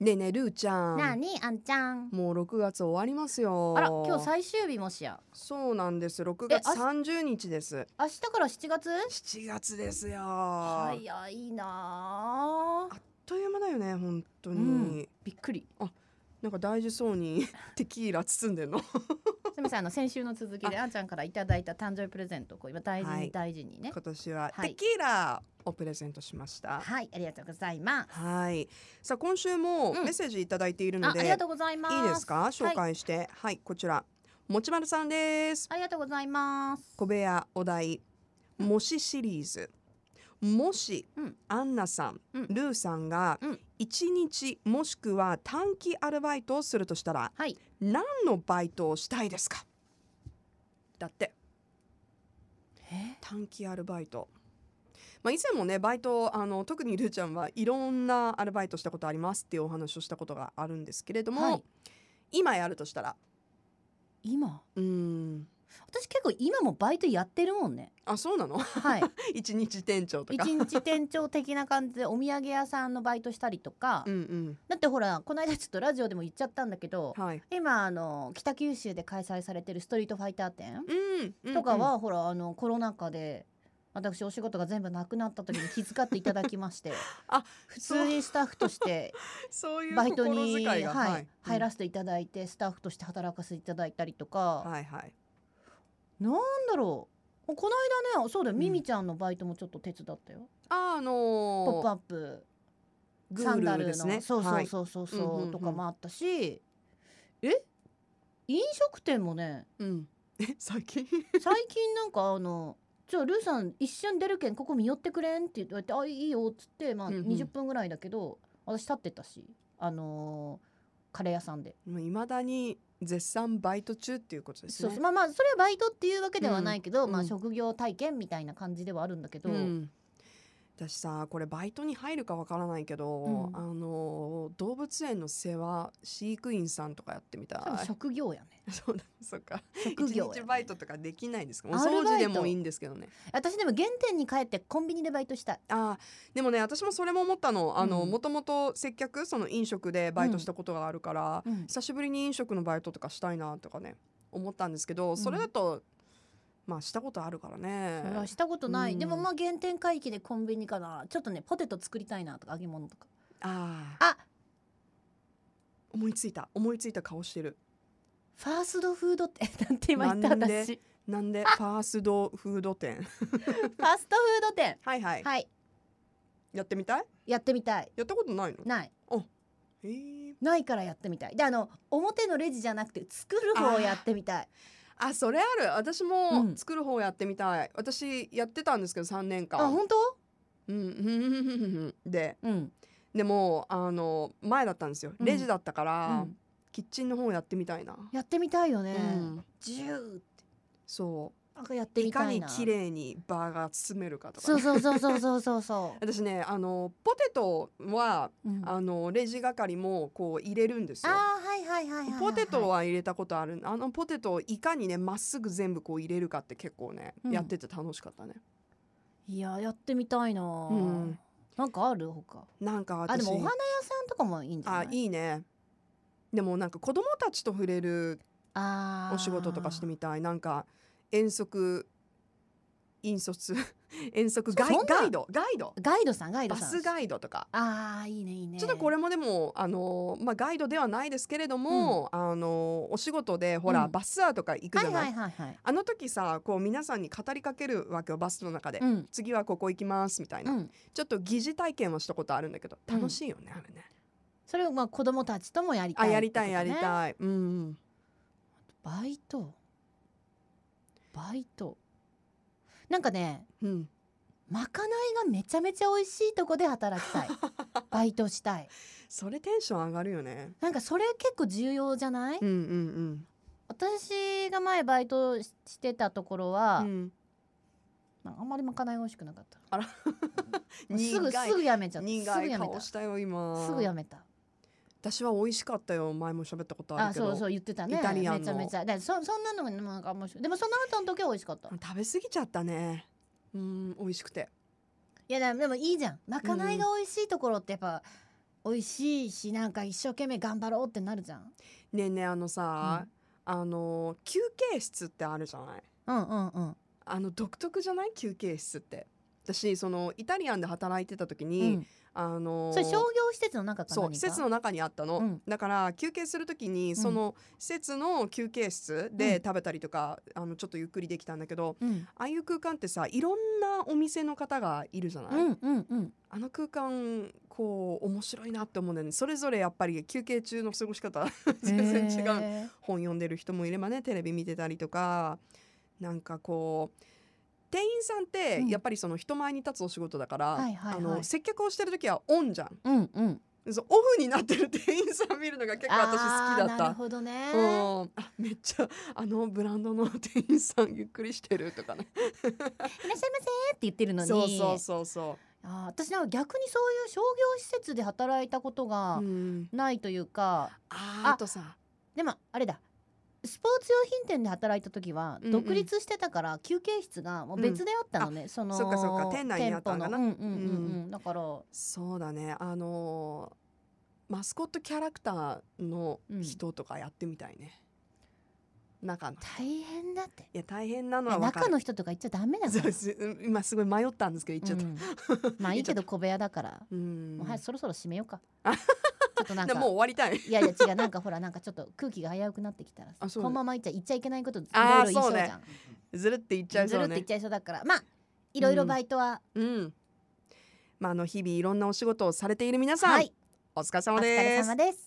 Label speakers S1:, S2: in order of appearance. S1: ねえねえルーちゃん
S2: なあにあんちゃん
S1: もう6月終わりますよ
S2: あら今日最終日もしや
S1: そうなんです6月30日です
S2: 明日から7月
S1: 7月ですよ、
S2: 早いな
S1: あっという間だよね本当に、
S2: うんびっくり
S1: なんか大事そうに テキーラ包んでんの
S2: すみませんあの先週の続きであんちゃんからいただいた誕生日プレゼントをこう今大事
S1: はい
S2: に大事にね
S1: 今年は
S2: はい
S1: テキーラをプレゼントしました
S2: はい、ありがとうございます
S1: はいさあ今週も
S2: うん
S1: メッセージいただいているの
S2: あ
S1: で、
S2: あり
S1: い
S2: がとうございます
S1: いですか
S2: は
S1: 紹
S2: い
S1: 介してはい、こちらもちまるさんです
S2: ありがとうございます
S1: 小部屋お題もしシリーズもし、
S2: うん
S1: アンナさん、
S2: うん
S1: ルーさんが
S2: うん
S1: 1日もしくは短期アルバイトをするとしたら
S2: はい
S1: 何のバイトをしたいですかだって
S2: え
S1: 短期アルバイト、まあ、以前もねバイトあの特にルーちゃんはいろんなアルバイトしたことありますっていうお話をしたことがあるんですけれども、
S2: はい
S1: 今やるとしたら
S2: 今
S1: うーん
S2: 私結構今もバイトやってるもんね
S1: あそうなの
S2: はい
S1: 一日店長と
S2: 一
S1: か。
S2: 日店長的な感じでお土産屋さんのバイトしたりとか、
S1: うん
S2: だってほらこの間ちょっとラジオでも言っちゃったんだけど
S1: うん、はい
S2: 今あの北九州で開催されてるストリートファイター
S1: う
S2: 展
S1: んうん
S2: とかは、ほらあのコロナ禍で私お仕事が全部なくなった時に気遣っていただきまして
S1: あ
S2: 普通にスタッフとして
S1: そういう
S2: バイト
S1: 心
S2: に、は
S1: 遣い
S2: い
S1: が、
S2: 入ら
S1: せ
S2: せていただいてスタッフとして働かせていただいたりとか、
S1: はいはい。
S2: なんだろうこの間ねそうだよ、
S1: うん
S2: ミミちゃんのバイトもちょっと手伝ったよ
S1: あ、あのー、
S2: 「ポップアップ
S1: グ
S2: サ
S1: ー
S2: ン
S1: ル
S2: ダル
S1: で
S2: の
S1: すね。
S2: そう
S1: は
S2: そう
S1: い
S2: そうそ
S1: うん
S2: う
S1: うん
S2: そ
S1: うん
S2: うとかもあったし、え飲食店もね
S1: うん。え、最近。
S2: 最近なんかあの「じゃあルーさん一瞬出るけんここ見寄ってくれん」って言って「あいいよ」っつって、まあ、
S1: うんうん
S2: 20分ぐらいだけど、私立ってたしあのーカレー屋さんで、
S1: もう未だに絶賛バイト中っていうことです
S2: そ
S1: ね。
S2: うそうまあまあそれはバイトっていうわけではないけど、
S1: うん
S2: ま
S1: う
S2: あ
S1: ん
S2: 職業体験みたいな感じではあるんだけど、
S1: うん私さこれバイトに入るかわからないけど、
S2: うん
S1: あのー動物園の世話飼育員さんとかやってみた
S2: 多分
S1: い
S2: 職業やね
S1: そうだそっか
S2: 職
S1: 一
S2: 業
S1: 日
S2: や、
S1: バイ
S2: ね、
S1: トとかできないんですかお
S2: ア
S1: 掃
S2: ルバ
S1: 除
S2: イ
S1: で
S2: ト
S1: もいいんですけどね
S2: 私でも原点に帰ってコンビニでバイトしたい
S1: あーでもね私もそれも思ったのあの
S2: うん
S1: もともと接客その飲食でバイトしたことがあるから、
S2: うん
S1: 久しぶりに飲食のバイトとかしたいなとかね思ったんですけど
S2: ん
S1: それだと、まあしたことあるからね
S2: それはしたことない、
S1: うん
S2: でもまあ原点回帰でコンビニかなちょっとねポテト作りたいなとか揚げ物とか
S1: あー
S2: あ
S1: 思いついた思いついた顔してる
S2: ファーストフードって なんて今言った
S1: なんで
S2: 私
S1: なんでファーストフード 店
S2: ファーストフード店
S1: はいはい、
S2: はい
S1: やってみたい
S2: やってみたい
S1: やったことないの
S2: ない
S1: へー
S2: ないからやってみたいであの表のレジじゃなくて作る方をやってみたい
S1: あそれある私
S2: う
S1: も
S2: ん
S1: 作る方やってみたい、私やってたんですけど3年
S2: あ
S1: 間
S2: 本当
S1: うんうんうんうんうんうんで
S2: うん、
S1: でもあの前だったんですよ
S2: うん
S1: レジだったから、
S2: うん
S1: キッチンの方やってみたいな、
S2: やってみたいよね、
S1: うん
S2: ジューって
S1: そう
S2: なんかやって
S1: い
S2: み
S1: か
S2: たい
S1: に
S2: な
S1: 綺麗にバーガー包めるかとか、
S2: そう
S1: ね、
S2: そうそうそうそうそうそ
S1: 私ねあのポテトは
S2: う、うん、あ
S1: あのレジ係もこう入れるんですよ。
S2: あーはいはいはいはいはい、はい、
S1: ポテトは入れたことあるあのポテトをいかにねまっすぐ全部こう入れるかって結構ね、
S2: うん
S1: やってて楽しかったね
S2: いややってみたいな、
S1: ん
S2: なんかある他
S1: なんか私
S2: あでもお花屋さんとかもいいんじゃな
S1: あ
S2: い
S1: いいねでもなんか子供たちと触れる
S2: あー
S1: お仕事とかしてみたいなんか遠足引率 遠足ガイ
S2: そんな
S1: ガイドガイド
S2: ガイドさんガイド
S1: バ
S2: さん
S1: スガイドとか
S2: ああいいねいいね
S1: ちょっとこれもでもあの、まあ、ガイドではないですけれども、あのお仕事でほら、
S2: うん
S1: バスツアーとか行くじゃない、
S2: はいはいはいはい
S1: あの時さこう皆さんに語りかけるわけよバスの中で、
S2: うん
S1: 次はここ行きますみたいな、
S2: うん
S1: ちょっと疑似体験はしたことあるんだけど
S2: うん
S1: 楽しいよね、あれね
S2: それをまあ子供たちともやりた
S1: あ
S2: い
S1: やりたいやり
S2: い
S1: たい、うん
S2: バイトバイトなんかね
S1: うん
S2: まかないがめちゃめちゃ美味しいとこで働 きたいバイトしたい
S1: それテンション上がるよね
S2: なんかそれ結構重要じゃない、
S1: うんうん
S2: 私が前バイトししてたところ
S1: う
S2: は、
S1: んうん
S2: なんかあんまりまかないが美味しくなかった
S1: あら
S2: すぐ
S1: 苦い
S2: すぐやめちゃったす
S1: 苦
S2: ぐ
S1: い
S2: やめ
S1: 顔
S2: た
S1: したよ今
S2: すぐやめた
S1: 私は美味しかったよ前も喋ったことあ
S2: あ
S1: るけど
S2: そうそう言ってたね
S1: イタリアンの
S2: めちゃめちゃだそそんなのもなんか面白いでもその後の時は美味しかったい
S1: 食べ過ぎちゃったねうん美味しくて
S2: やでもでもいいじゃんまかないが美味しいところってやっぱ、美味しいしなんか一生懸命頑張ろうってなるじゃん。
S1: ねえねえあのさ、あの休憩室ってあるじゃない
S2: うんうんうん。
S1: あの独特じゃない休憩室って私そのイタリアンで働いてた時
S2: う
S1: に、
S2: ん、
S1: あの
S2: それ商業施設の中か
S1: そ
S2: 何
S1: う
S2: か
S1: 施設の中にあったの、
S2: うん
S1: だから休憩する時にその施設の休憩室で
S2: うん
S1: 食べたりとか、あのちょっとゆっくりできたんだけど
S2: うん
S1: ああいう空間ってさいろんなお店の方がいるじゃない、
S2: うんうんうん
S1: あの空間こう面白いなって思うんだよねそれぞれやっぱり休憩中の過ごし方全然違う、
S2: へ
S1: 本読んでる人もいればねテレビ見てたりとかなんかこう店員さんって
S2: うん
S1: やっぱりその人前に立つお仕事だから、
S2: はいはいはい
S1: あの接客をしてる時はオンじゃん
S2: ーうんうん。
S1: そうオフになってる店員さん見るのが結構私好きだ
S2: あー
S1: っ
S2: なる
S1: た。
S2: ほどね。
S1: うん、あめっちゃあのブランドの店員さんゆっくりしてるとかね
S2: いらっしゃいませって言ってるのに。
S1: そうそうそうそ
S2: あー私なんか逆にそういう商業施設で働いたこと
S1: う、
S2: が
S1: うん、
S2: ないというか、
S1: あ
S2: あ
S1: ーあとさ
S2: でもあれだスポーツ用品店で働いた時は
S1: うんうん
S2: 独立してたから休憩室がもう別であったのね、その
S1: そっかそっか店内にあったんだな
S2: 店舗のうんうんうんうん
S1: う
S2: だから
S1: そうだねあのーマスコットキャラクターの人とかやってみたいね、中の
S2: 大変だって
S1: いや大変なのは分か
S2: 中
S1: る
S2: の人とか言っちゃダメだか
S1: そう
S2: ら
S1: ですうん今すごい迷ったんですけど 言っちゃっ
S2: うんまあいいけど小部屋だから、
S1: た、うん、
S2: もう早くそろそろ閉めようか
S1: あ
S2: ちょっとなん
S1: で
S2: か
S1: もう終わりたい
S2: いやいや違うなんかほらなんかちょっと空気が危うくなってきたら
S1: あ
S2: さ
S1: そう
S2: このままいっちゃ言っちゃいけないこといろ
S1: あー
S2: いろ言いそうじ
S1: そ
S2: ゃん
S1: ずるって言っちゃい
S2: ず
S1: そ
S2: るっ
S1: う
S2: て
S1: ね
S2: 言っちゃいそうだからまあいろいろバイトは、
S1: うんまああの日々いろんなお仕事をされている皆さん、
S2: はい
S1: お疲れ
S2: お
S1: 様
S2: 疲
S1: です
S2: れ様です